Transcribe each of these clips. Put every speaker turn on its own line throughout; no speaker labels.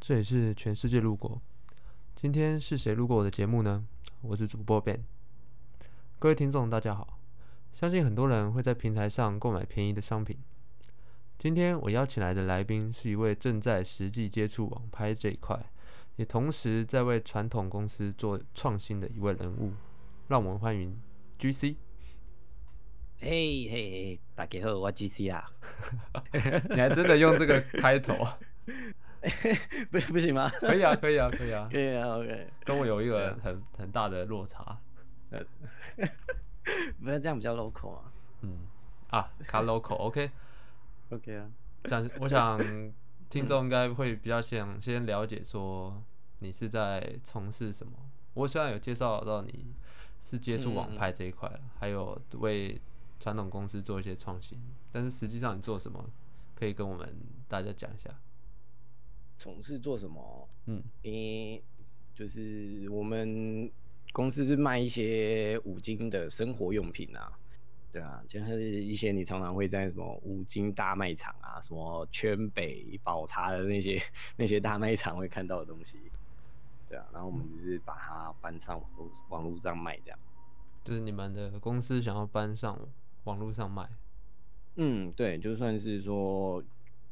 这里是全世界路过。今天是谁路过我的节目呢？我是主播 Ben。各位听众，大家好。相信很多人会在平台上购买便宜的商品。今天我邀请来的来宾是一位正在实际接触网拍这一块，也同时在为传统公司做创新的一位人物。让我们欢迎 GC。
嘿嘿嘿，大家好，我 GC 啦，
你还真的用这个开头？
不不行 吗？
可以啊，可以啊，可以啊
可，以啊，OK，
跟我有一
对
个
啊
很很大的落差。
不要这样比较 local 嘛
嗯啊，卡 local，OK，、
，OK 啊，
想我想听众应该会比较想先了解说你是在从事什么。我虽然有介绍到你是接
嗯
触网拍这一块了，还有为传统公司做一些创新，但是实际上你做什么，可以跟我们大家讲一下。
从事做什么？
嗯
诶、就是我们公司是卖一些五金的生活用品啊，对啊，就是一些你常常会在什么五金大卖场啊，什么圈北宝茶的那些 那些大卖场会看到的东西，对啊，然后我们就是把它搬上网络网络上卖这样。
就是你们的公司想要搬上网络上卖，
嗯，对，就算是说，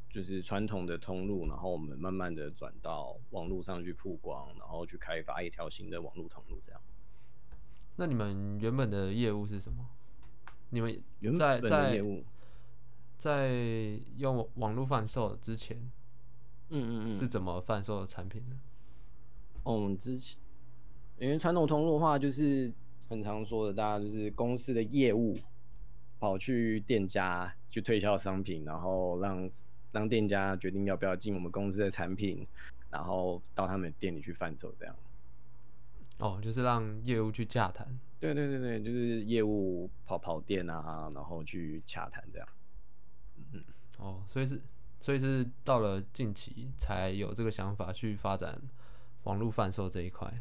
就是传统的通路，然后我们慢慢的转到网络上去曝光，然后去开发一条新的网络通路，这样。
那你们原本的业务是什么？你们
原
在
本的
在
业务，
在用网络贩售之前
嗯嗯嗯，
是怎么贩售产品的？
哦，我们之前，因为传统通路的话，就是很常说的，大家就是公司的业务跑去店家去推销商品，然后让让店家决定要不要进我们公司的产品，然后到他们店里去贩售这样。
哦，就是让业务去洽谈。
对对对对，就是业务跑跑店啊，然后去洽谈这样。
哦，所以是所以是到了近期才有这个想法去发展网络贩售这一块。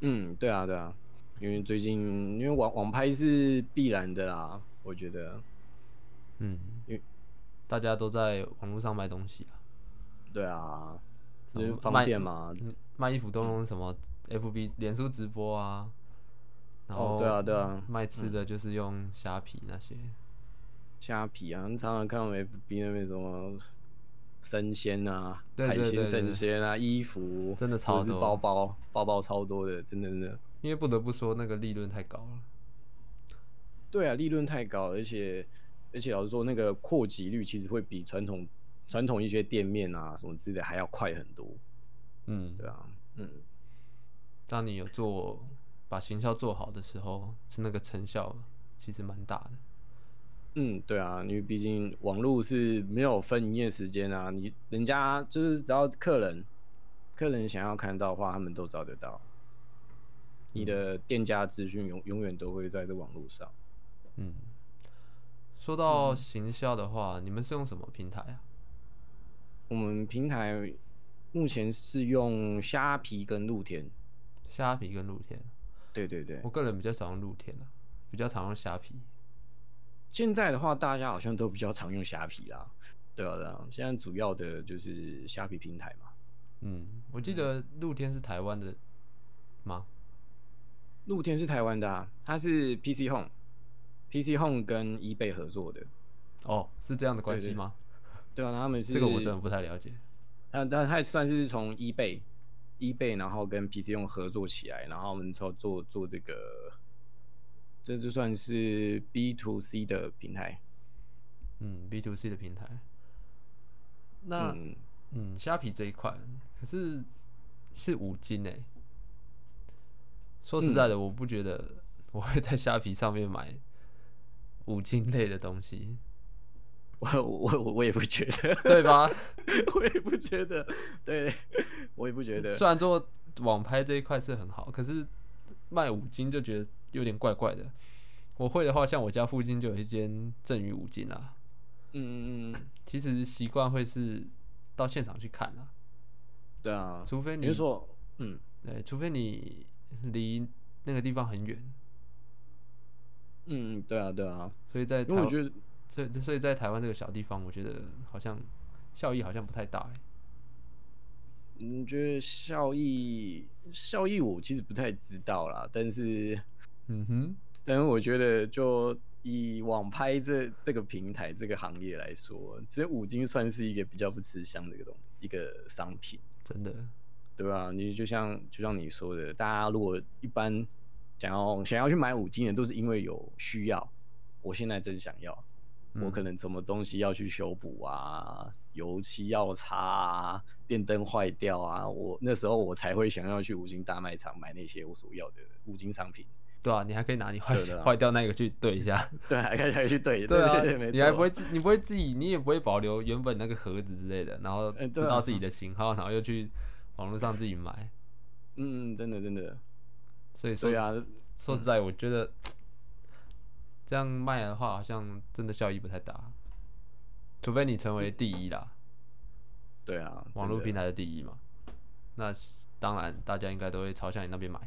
嗯，对啊对啊，因为最近因为网网拍是必然的啦，我觉得。
嗯
因为，
大家都在网络上卖东西啊，
对啊，
什
就
么
是方
卖
便嘛。
嗯卖衣服都用什么 FB、脸书直播啊，然
哦
后
对啊对啊
卖吃的就是用虾皮那些。
虾皮啊，你常常看我们 FB 那边什么生鲜啊，
对
海
对对
鲜
对
生鲜啊，衣服
真的
或者
超
是
多
包包包包超多的，真的真的。
因为不得不说那个利润太高了。
对啊，利润太高，而且而且老实说，那个扩及率其实会比传统传统一些店面啊什么之类的还要快很多。
嗯，
对啊，嗯，
当你有做把行销做好的时候，是那个成效其实蛮大的。
嗯，对啊，因为毕竟网络是没有分营业时间啊，你人家就是只要客人客人想要看到的话，他们都找得到。你的店家资讯永永远都会在这网络上。
嗯，说到
嗯
行销的话，你们是用什么平台啊？
我们平台目前是用虾皮跟露天，
虾皮跟露天。
对对对
我。个人比较少用露天啊，比较常用虾皮。
现在的话，大家好像都比较常用虾皮啦，对啊，对啊，现在主要的就是虾皮平台嘛。
嗯，我记得露天是台湾的吗？
露天是台湾的啊，它是 PC Home，PC Home 跟 eBay 合作的，
哦，是这样的关系
对对
吗？
对啊，他们是
这个我真的不太了解。
但但它也算是从 eBay eBay 然后跟 PC 用合作起来，然后我们做做做这个，这就算是 B to C 的平台。
嗯，B to C 的平台。那
嗯，
嗯，虾皮这一块可是是五金诶。说实
嗯
在的，我不觉得我会在虾皮上面买五金类的东 西，
我我我我也不觉得，
对吧？
我也不觉得，对，我也不觉得。
虽然说网拍这一块是很好，可是卖五金就觉得有点怪怪的。我会的话，像我家附近就有一间正宇五金啦。
嗯嗯嗯，
其实习惯会是到现场去看啊啦，
对啊，
除非
比
你
如说，嗯，
对，除非你离那个地方很远，
嗯，对啊，对啊，
所以在台
因为我
湾，
觉得，
所以所以在台湾这个小地方，我觉得好像效益好像不太大欸
嗯，觉得效益效益我其实不太知道啦，但是
嗯哼，
但是我觉得就以网拍这这个平台这个行业来说，其实五金算是一个比较不吃香的一个东一个商品。
真的，
对吧？你就像就像你说的，大家如果一般想要想要去买五金的，都是因为有需要。我现在真想要，我
嗯
可能什么东西要去修补啊，油漆要擦啊，电灯坏掉啊，我那时候我才会想要去五金大卖场买那些我所要的五金商品。
对啊，你还可以拿你坏
对的啊
坏掉那个去对一下，
对、啊， 还还去对，
对啊
对对，没，错。
你还不会自你不会自己，你也不会保留原本那个盒子之类的，然后
哎
知
对啊
道自己的型号，然后又去网络上自己买，
嗯，真的真的，
所以说
对啊，
说实在，我觉得这样卖的话，好像真的效益不太大，除非你成为第一啦，
对啊，
网络
真的
平台的第一嘛。那是当然，大家应该都会朝向你那边买。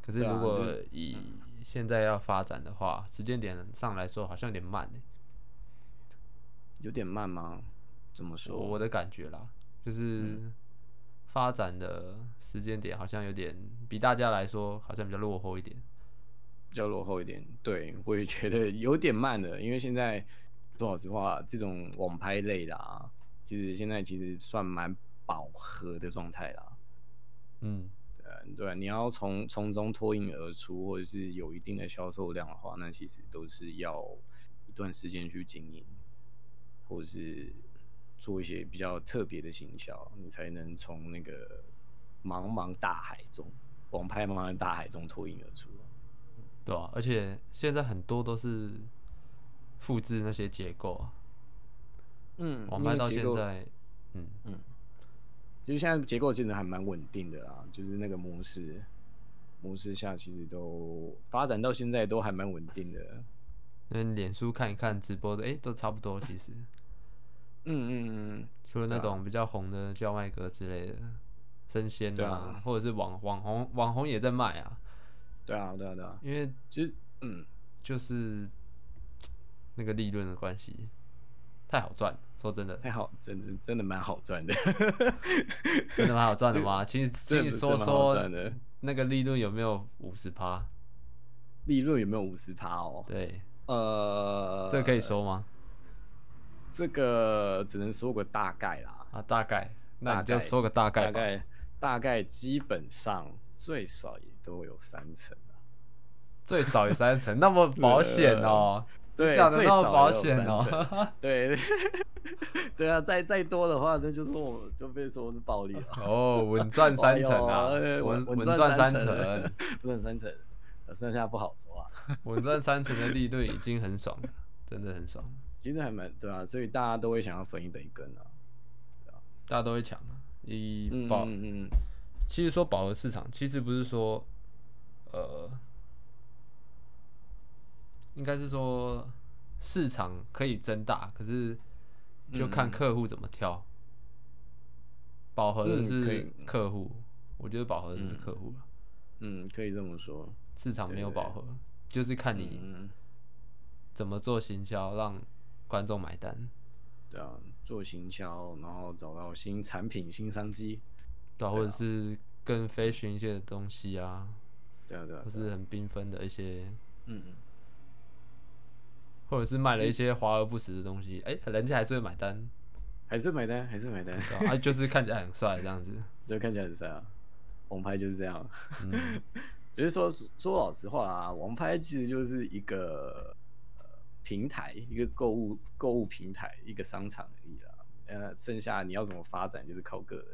可是
对啊
如果
就
以现在要发展的话，时间点上来说，好像有点慢、欸、
有点慢吗？怎么说？嗯
我的感觉啦，就是发展的时间点好像有点比大家来说好像比较落后一点。
比较落后一点。对，我也觉得有点慢了，因为现在说老实话，这种网拍类的啊，其实现在其实算蛮饱和的状态啦。
嗯，
对啊，对啊，你要从从中脱颖而出，或者是有一定的销售量的话，那其实都是要一段时间去经营，或者是做一些比较特别的行销，你才能从那个茫茫大海中，网拍茫茫大海中脱颖而出啊。
对啊，而且现在很多都是复制那些结构啊，
嗯
网
因
拍
为
到
结
现
构
在，嗯，
其实现在结构真的还蛮稳定的啦，就是那个模式，模式下其实都发展到现在都还蛮稳定的。
那你脸书看一看直播的，诶，都差不多其实，
嗯嗯嗯，
除了那
对啊
种比较红的叫卖哥之类的，生鲜
对
啊，
啊
或者是网网红网红也在卖啊，
对啊对啊对啊，
因为
其实嗯
就是那个利润的关系，太好赚了，说真的，
太好，真真真的蛮好 赚的，
真的蛮好赚的 嘛。请你
真
请你
的
说
真的蛮好
说
赚的。
那个利润有没有五十趴？
利润有没有五十趴哦？
对，
呃，
这个可以，说吗？
这个只能说个大概啦，
啊，大概，那
大
你就
概
说个大概
大
吧。
概大概基本上最少也都有三成啊。
最少有三成，那么保险 哦、
对，
讲的
最
那么
少
保
也有
险
三
哦、
成 对，对啊，再再多的话，那就是我就被说是暴力了。
哦，稳 赚三成啊，
哎呦
稳
稳
稳
赚
赚
三
三
成
成，
不能三成，呃剩下不好说啊。
稳赚三成的利润已经很爽了， 真的很爽，
其实还蛮对啊，所以大家都会想要分一杯羹啊。
大家都会抢啊。以
嗯
保，
嗯嗯，
其实说饱和市场，其实不是说，呃，应该是说市场可以增大，可是就看
嗯
客户怎么挑。饱和的
嗯可
是
以
客户，我觉得饱和的是
嗯
客户了。
嗯，可以这么说。
市场没有
对
饱和，就是看你
嗯，
怎么做行销让观众买单，
对啊，做行销，然后找到新产品、新商机。
对啊、或者是更非寻一些的东西啊，
对啊，对啊
或，是很缤纷的一些，
嗯嗯，
或者是卖了一些华而不实的东西，哎、人家还是会买单，
还是买单，还是买单，
对 吧啊，就是看起来很帅这样子，
就看起来很帅啊。红牌就是这样。
嗯，
只是说说老实话啊，网拍其实就是一个、呃、平台，一个购物购物平台，一个商场而已啦。呃，剩下你要怎么发展就是靠个人。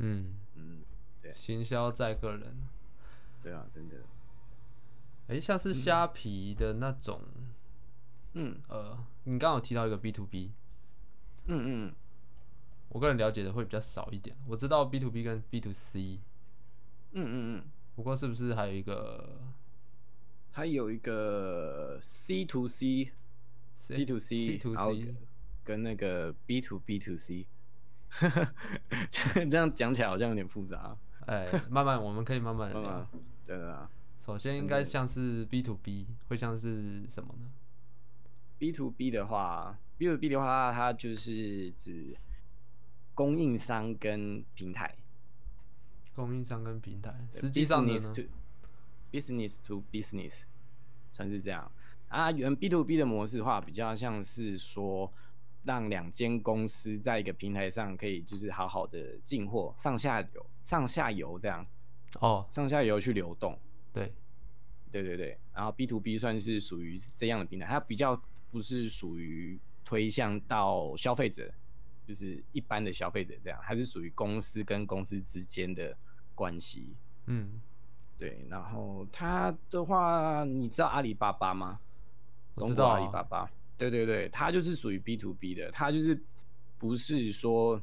嗯，
嗯，
行销在个人，
对啊，真的。
哎、像是虾皮的那种，
嗯
呃，你刚刚有提到一个 B to B，
嗯嗯，
我个人了解的会比较少一点，我知道 B to B 跟 B to C，
嗯嗯嗯，
不过是不是还有一个
它有一个 C to C。C to C，,
C to
然后
C，
跟那个 B to B to C，这样这样讲起来好像有点复杂。
哎，慢慢我们可以慢 慢地嗯
嗯
聊。
啊，对啊
首先应该像是 B to B，会像是什么呢？
，B to B 的话，B to B 的话，它就是指供应商跟平台。
供应商跟平台，
对
实际上的
business
呢
to business to business 算是这样啊。原 B to B 的模式的话，比较像是说让两间公司在一个平台上可以就是好好的进货，上下游上下游这样，
哦，
上下游去流动。
对，
对对对，然后 B to B 算是属于这样的平台，它比较不是属于推向到消费者，就是一般的消费者这样，它是属于公司跟公司之间的关系。
嗯，
对，然后它的话，你知道阿里巴巴吗？
我
中
知
国
道
阿里
啊
巴巴，对对对，它就是属于 B to B 的，它就是不是说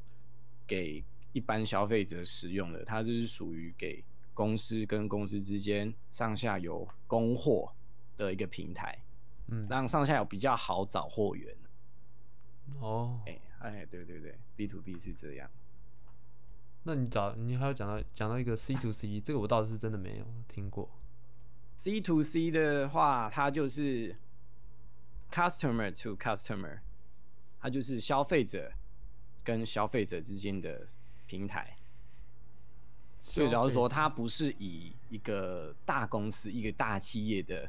给一般消费者使用的，它就是属于给公司跟公司之间上下游供货的一个平台，
嗯，
让上下游比较好找货源。
哦，
哎哎，对对对，B to B 是这样。
那你找你还有讲到讲到一个 C to C，这个我倒是真的没有听过。
C to C 的话，它就是 customer to customer，它就是消费者跟消费者之间的平台。所以，假如说它不是以一个大公司、一个大企业的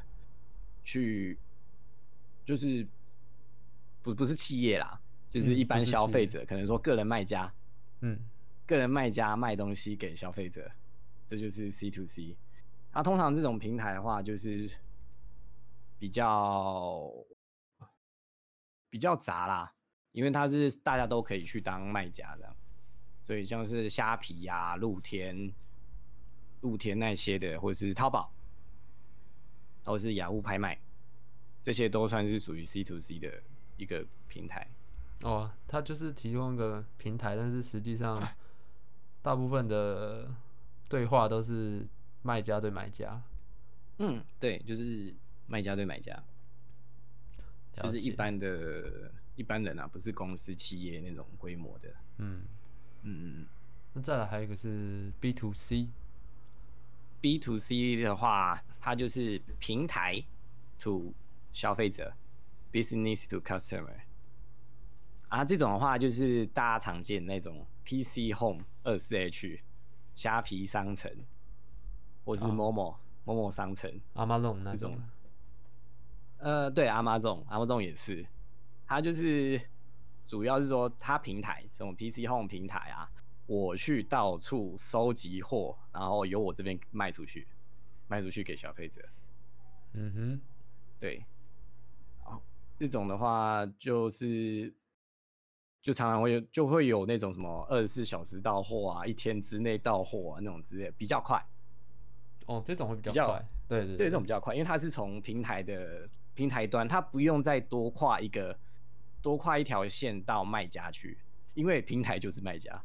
去，就是不不是企业啦，就是
嗯
一
不
般
是
消
企
费
业
者，可能说个人卖家，
嗯，
个人卖家卖东西给消费者，这就是 C to C。那通常这种平台的话，就是比较比较杂啦，因为它是大家都可以去当卖家的，所以像是虾皮呀、露天、露天那些的，或者是淘宝，或者是雅虎拍卖，这些都算是属于 C to C 的一个平台。
哦，它就是提供一个平台，但是实际上大部分的对话都是卖家对买家，
嗯，对，就是卖家对买家。就
了
是一
解，
般的一般人啊，不是公司企业那种规模的。
嗯，
嗯嗯嗯。
那再来还有一个是 B to C，
B to C 的话，它就是平台 to 消费者，business to customer。啊，这种的话就是大家常见那种 PC Home 二四 H、虾皮商城，或是
哦
Momo、Momo 商城。
阿玛龙那
这
种
种
的，
呃，对，Amazon，Amazon 也是，它就是主要是说它平台这种 PC Home 平台啊，我去到处收集货，然后由我这边卖出去，卖出去给消费者。
嗯哼，
对，哦，这种的话就是就常常会有就会有那种什么二十四小时到货啊，一天之内到货啊那种之类的，比较快。
哦，这种会比较
比较
快，对对
对，这种比较快，因为它是从平台的平台端，它不用再多跨一个多跨一条线到卖家去，因为平台就是卖家。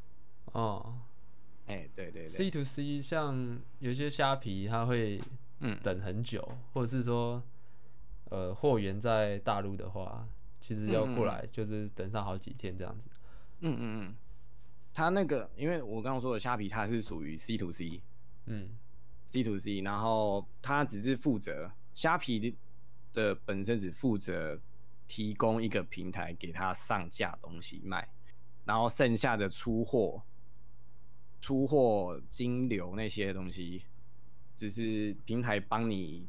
哦
哎、对对对
，C to C 像有一些虾皮，它会
嗯，
等很久，或者是说，呃，货源在大陆的话，其实要过
嗯嗯嗯
来就是等上好几天这样子。
嗯嗯嗯，它那个，因为我刚刚说的虾皮，它是属于 C to C，
嗯
C to C，然后它只是负责虾皮的的本身只负责提供一个平台给它上架东西卖，然后剩下的出货、出货金流那些东西，只是平台帮你，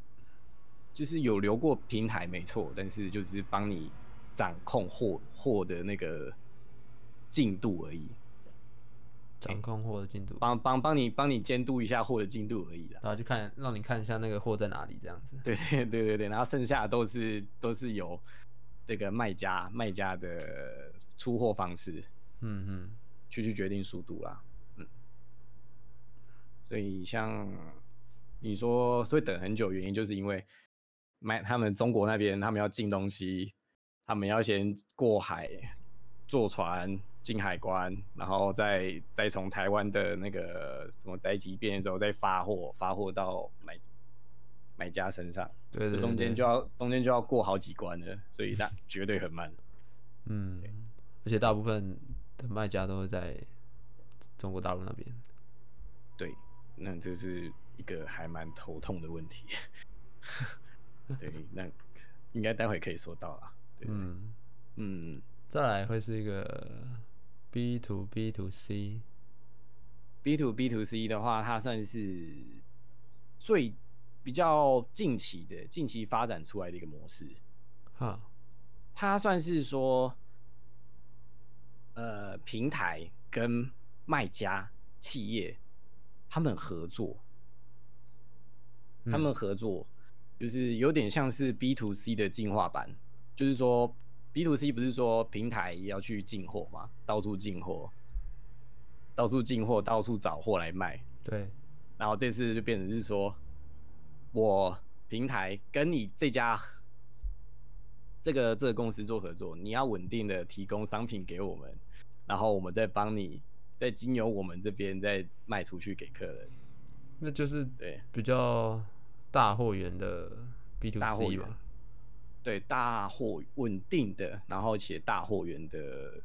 就是有流过平台没错，但是就是帮你掌控货货的那个进度而已，
掌控货的进度，
帮帮帮你帮你监督一下货的进度而已啦。
然后就看让你看一下那个货在哪里这样子。
对 对对对对，然后剩下的都是都是由这个卖家卖家的出货方式
嗯嗯，
去去决定速度啦。嗯，所以像你说会等很久，原因就是因为卖他们中国那边他们要进东西，他们要先过海，坐船进海关，然后再再从台湾的那个什么宅急便的时候再发货，发货到买买家身上。
对对对，
中间
对
就要中间就要过好几关了，所以那绝对很慢。
嗯，而且大部分的卖家都会在中国大陆那边。
对，那这是一个还蛮头痛的问题。 对，那应该待会可以说到啦。对，
嗯，
嗯，
再来会是一个 B to B to C，
B to B to C 的话，它算是最比较近期的、近期发展出来的一个模式。
哈，
它算是说，呃，平台跟卖家、企业他们合作，他们合作就是有点像是 B to C 的进化版，就是说 B to C 不是说平台要去进货嘛，到处进货，到处进货，到处找货来卖。
对，
然后这次就变成是说，我平台跟你这家这个这个公司做合作，你要稳定的提供商品给我们，然后我们再帮你，再经由我们这边再卖出去给客人。
那就是
对
比较大货源的 B to
大货
C
源
吧。
对，大货稳定的，然后且大货源的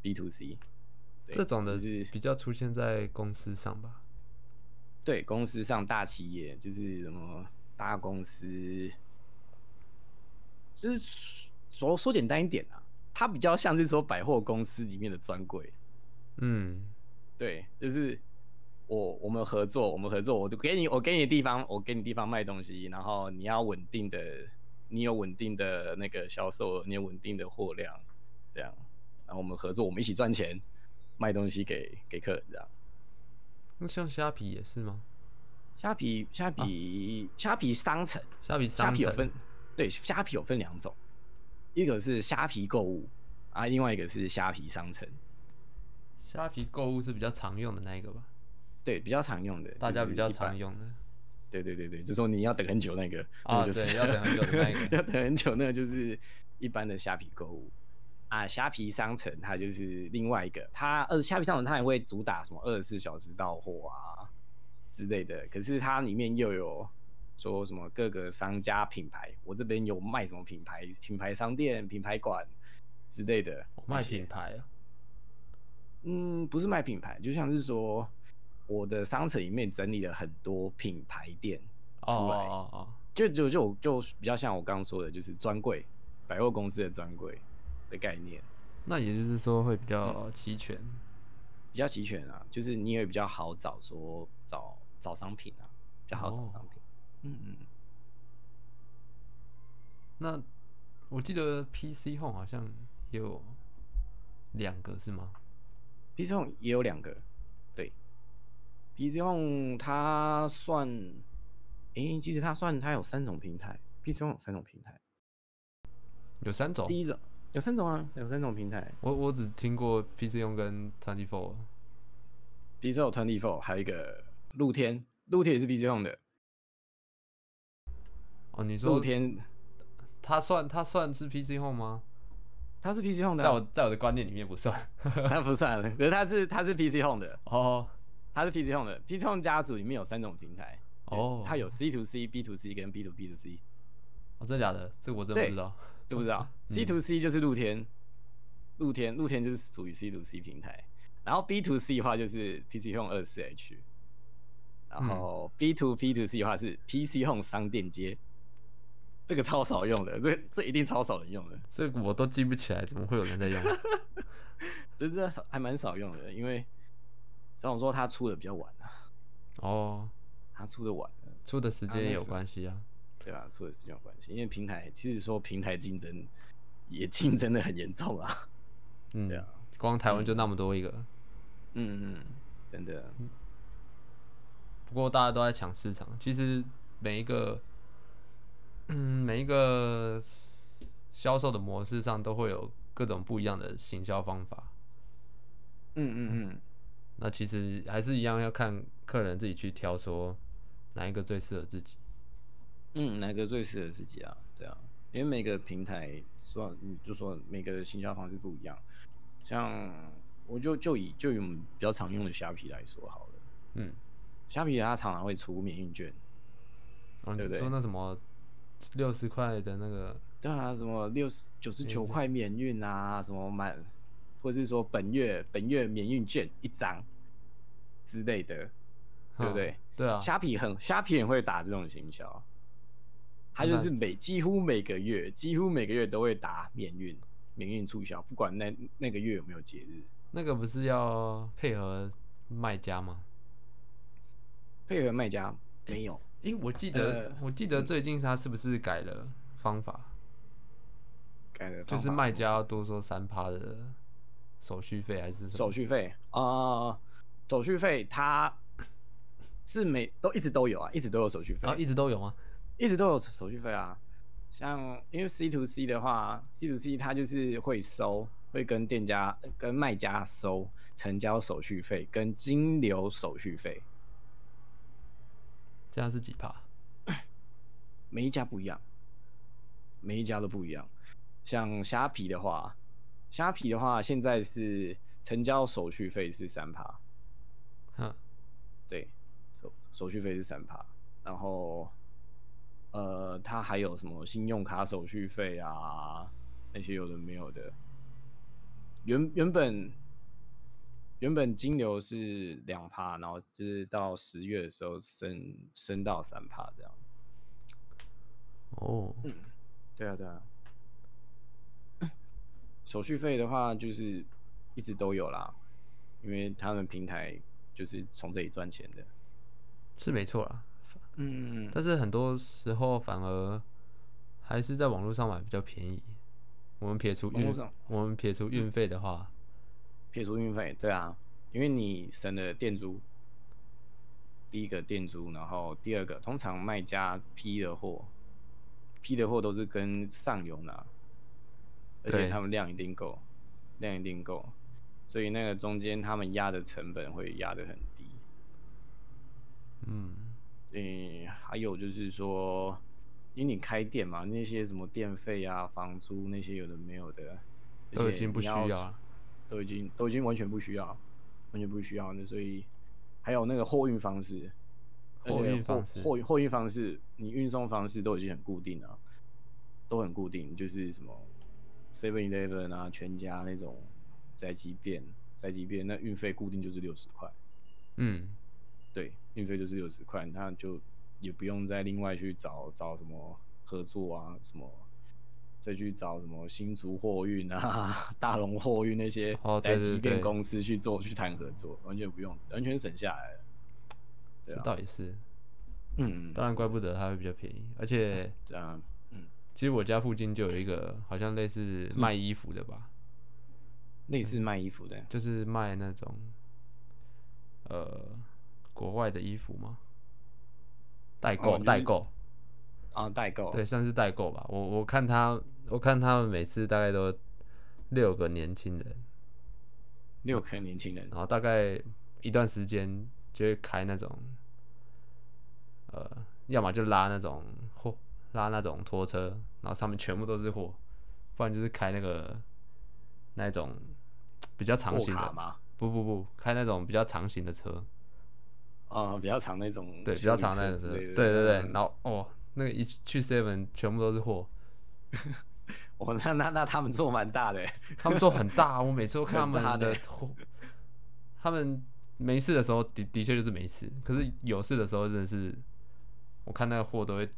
B to C，对
这种的
就是
比较出现在公司上吧。
对公司上大企业，就是什么大公司，就是说说简单一点啊，它比较像是说百货公司里面的专柜，
嗯，
对，就是我我们合作，我们合作，我就给你我给你地方，我给你地方卖东西，然后你要稳定的，你有稳定的那个销售额，你有稳定的货量，这样，然后我们合作，我们一起赚钱，卖东西给给客人这样。
那像虾皮也是吗？
虾皮虾皮虾皮商城。
虾皮
虾
商
皮有
城
分，对，虾皮有分两种，一个是虾皮购物啊，另外一个是虾皮商城，
虾皮购物是比较常用的那一个吧，
对，比较常用的，
大家
就是
比较
一般
常，用的
对对对对，就说你要等很久那个
啊，
那个就是
对，要等很久的那一个。
要等很久，那个就是一般的虾皮购物啊，虾皮商城它就是另外一个，它呃虾皮商城它也会主打什么二十四小时到货啊之类的，可是它里面又有说什么各个商家品牌，我这边有卖什么品牌、品牌商店、品牌馆之类的
我，
那
卖
些
品牌啊，
嗯，不是卖品牌，就像是说我的商城里面整理了很多品牌店，
哦
出来
哦哦，
就就就就比较像我刚刚说的，就是专柜百货公司的专柜的概念，
那也就是说会比
嗯
较齐全。
比较齐全啊，就是你也比较好找说找找商品啊，比较好找
哦
商品。嗯嗯，
那我记得 PC Home 好像也有两个是吗？
p c Home 也有两个，对，PC Home 它算，诶、其实它算它有三种平台，PC Home 有三种平台，
有三种，
第一种有三种啊，有三种平台
我我只听过 PC Home 跟 Twenty Four，
，PC Home Twenty Four 还有一个露天，露天也是 PC Home 的，
哦，你
露
说
天
它算它算是 PC Home 吗？
它是 PC Home 的
在
啊、
我在我的观念里面不算。
那不算了，可是它是它是 PC Home 的，
哦
它是 PC Home 的，PC Home 家族里面有三种平台，对
哦，
它有 C to C、B to C 跟 B to B to C，
哦，真的假的？这个我真的
对
不知道。
知不知道？C to C 就是露天，露天露天就是属于 C to C 平台，然后 B to C 的话就是 PC Home 二四 H，然后 B to B to C 的话是 PC Home 商店街，这个超少用的，这这一定超少人用的。
这个我都记不起来，怎么会有人在 用？
这这还蛮少用的，因为小红说它出的比较晚啊，
哦，
它出的晚，
出的时
啊
间
那
也有
是
关系啊。
对吧、出的时间有关系，因为平台其实说平台竞争也竞争的很严重啊。
嗯，
对啊
光台湾就那么多一个，
嗯嗯，真的，
不过大家都在抢市场。其实每一个，嗯，每一个销售的模式上都会有各种不一样的行销方法。
嗯嗯嗯，
那其实还是一样要看客人自己去挑，说哪一个最适合自己。
嗯，哪个最适合自己啊？对啊，因为每个平台说你就说每个行销方式不一样，像我就就以就以我们比较常用的虾皮来说好了，
嗯，
虾皮它常常会出免运券，
哦，
对不
你
对
说那什么六十块的那个，
对啊，什么六十九十九块免运啊，什么满，或是说本月本月免运券一张之类的，对不
嗯
对？
对啊，
虾、皮很虾皮很会打这种行销，它就是每几乎每个月几乎每个月都会打免运免运促销，不管那那个月有没有节日，
那个不是要配合卖家吗？
配合卖家没有，
诶、我记得、
呃
我记得最近他是不是改了方法？
改的
就是
方法
卖家要多收三趴的手续费还是什么？
手续费啊、呃手续费它是每都一直都有啊，一直都有手续费
然，后一直都有吗？啊
一直都有手续费啊。像因为 C to C 的话，C to C 它就是会收，会跟店家、跟卖家收成交手续费跟金流手续费，
这样是几趴？
每一家不一样，每一家都不一样。像虾皮的话，虾皮的话现在是成交手续费是三趴，
哼，
对，手手续费是三趴，然后呃，它还有什么信用卡手续费啊，那些有的没有的。原原本原本金流是两趴，然后就是到十月的时候升升到三趴这样。
哦，
对啊，对啊。 手续费的话，就是一直都有啦，因为他们平台就是从这里赚钱的。
是没错啦。
嗯，
但是很多时候反而还是在网络上买比较便宜。我们撇除
网络
运
上，
我们撇除运费的话，
撇除运费，对啊，因为你省了店租，第一个店租，然后第二个，通常卖家批的货，批的货都是跟上游拿，而且
对
他们量一定够，量一定够，所以那个中间他们压的成本会压得很低。
嗯，
嗯，还有就是说，因为你开店嘛，那些什么电费啊、房租那些有的没有的，而
都已
且
经不
你
需
要
要了。
都已经都已经完全不需要，完全不需要。那所以还有那个货运方式，而且
货运方式
货运货运方式，你运送方式都已经很固定了，都很固定，就是什么 Seven Eleven 啊、全家那种宅急便，宅急便那运费固定就是六十块，
嗯，
对，运费就是六十块，那就也不用再另外去找找什么合作啊，什么再去找什么新竹货运啊、 大龙货运那些
哦对
宅
对
急便
对
公司去做去谈合作，完全不用，完全省下来了。对
这
啊
倒也是。
嗯啊
当然，怪不得它会比较便宜。而且，
这样
其实我家附近就有一个好像类似
嗯
卖衣服的吧，
类似卖衣服的，
就是卖那种呃国外的衣服嘛，代购、
哦就是
代购，
啊，代购，
对，算是代购吧。我我看他，我看他们每次大概都六个年轻人，
六个年轻人
然后大概一段时间就会开那种，呃，要么就拉那种货，拉那种拖车，然后上面全部都是货，不然就是开那个那种比较 长
货
型
卡
的，
吗？
不不不，开那种比较长型的车，
啊，比较长那种，
对，比较长那种车，对对对，
嗯
然后哦，那个一去 seven 全部都是货，
我、哦、那那那他们做蛮大的欸，
他们做很大，我每次都看他
很大
们的
的
拖，他们没事的时候的的确就是没事，可是有事的时候真的是，我看那个货都会，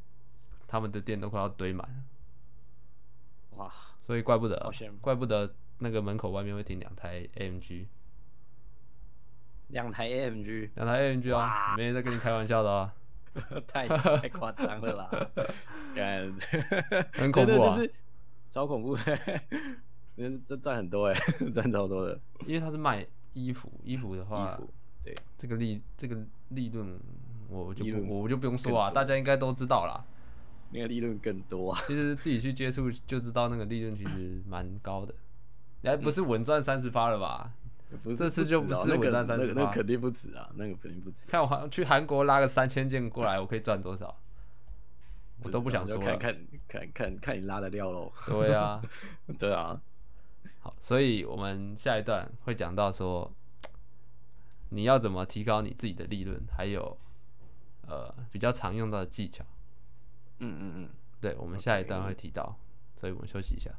他们的店都快要堆满了，
哇，
所以怪不得
好羡慕，
怪不得那个门口外面会停两台 AMG，
两台 AMG，
两台 AMG 啊，
哇
没人在跟你开玩笑的啊，
太太夸张了啦，感
很恐
真的
怖
就
啊，
是超恐怖的， 这这赚很多哎、 赚超多的
因为他是卖衣服，衣服的话
衣，服，对，
这个利这个利润我就
利润
不我就不用说
更
啊，
多
大家应该都知道啦。
那个利润更多啊，
其实自己去接触就知道那个利润其实蛮高 的。哎，不是稳赚三十发了吧？
不是
这次就
不止
不
啊
是
那
我
个
赚
那个那
38
个肯定不止啊，那个肯定不止，
看我好去韩国拉个三千件过来，我可以赚多少？我都不
知道
想说
就看
了。
看看看看你拉的料喽，
对啊，
对啊，
好，所以我们下一段会讲到说，你要怎么提高你自己的利润，还有呃比较常用到的技巧。
嗯嗯嗯，
对，我们下一段
OK
会提到，所以我们休息一下。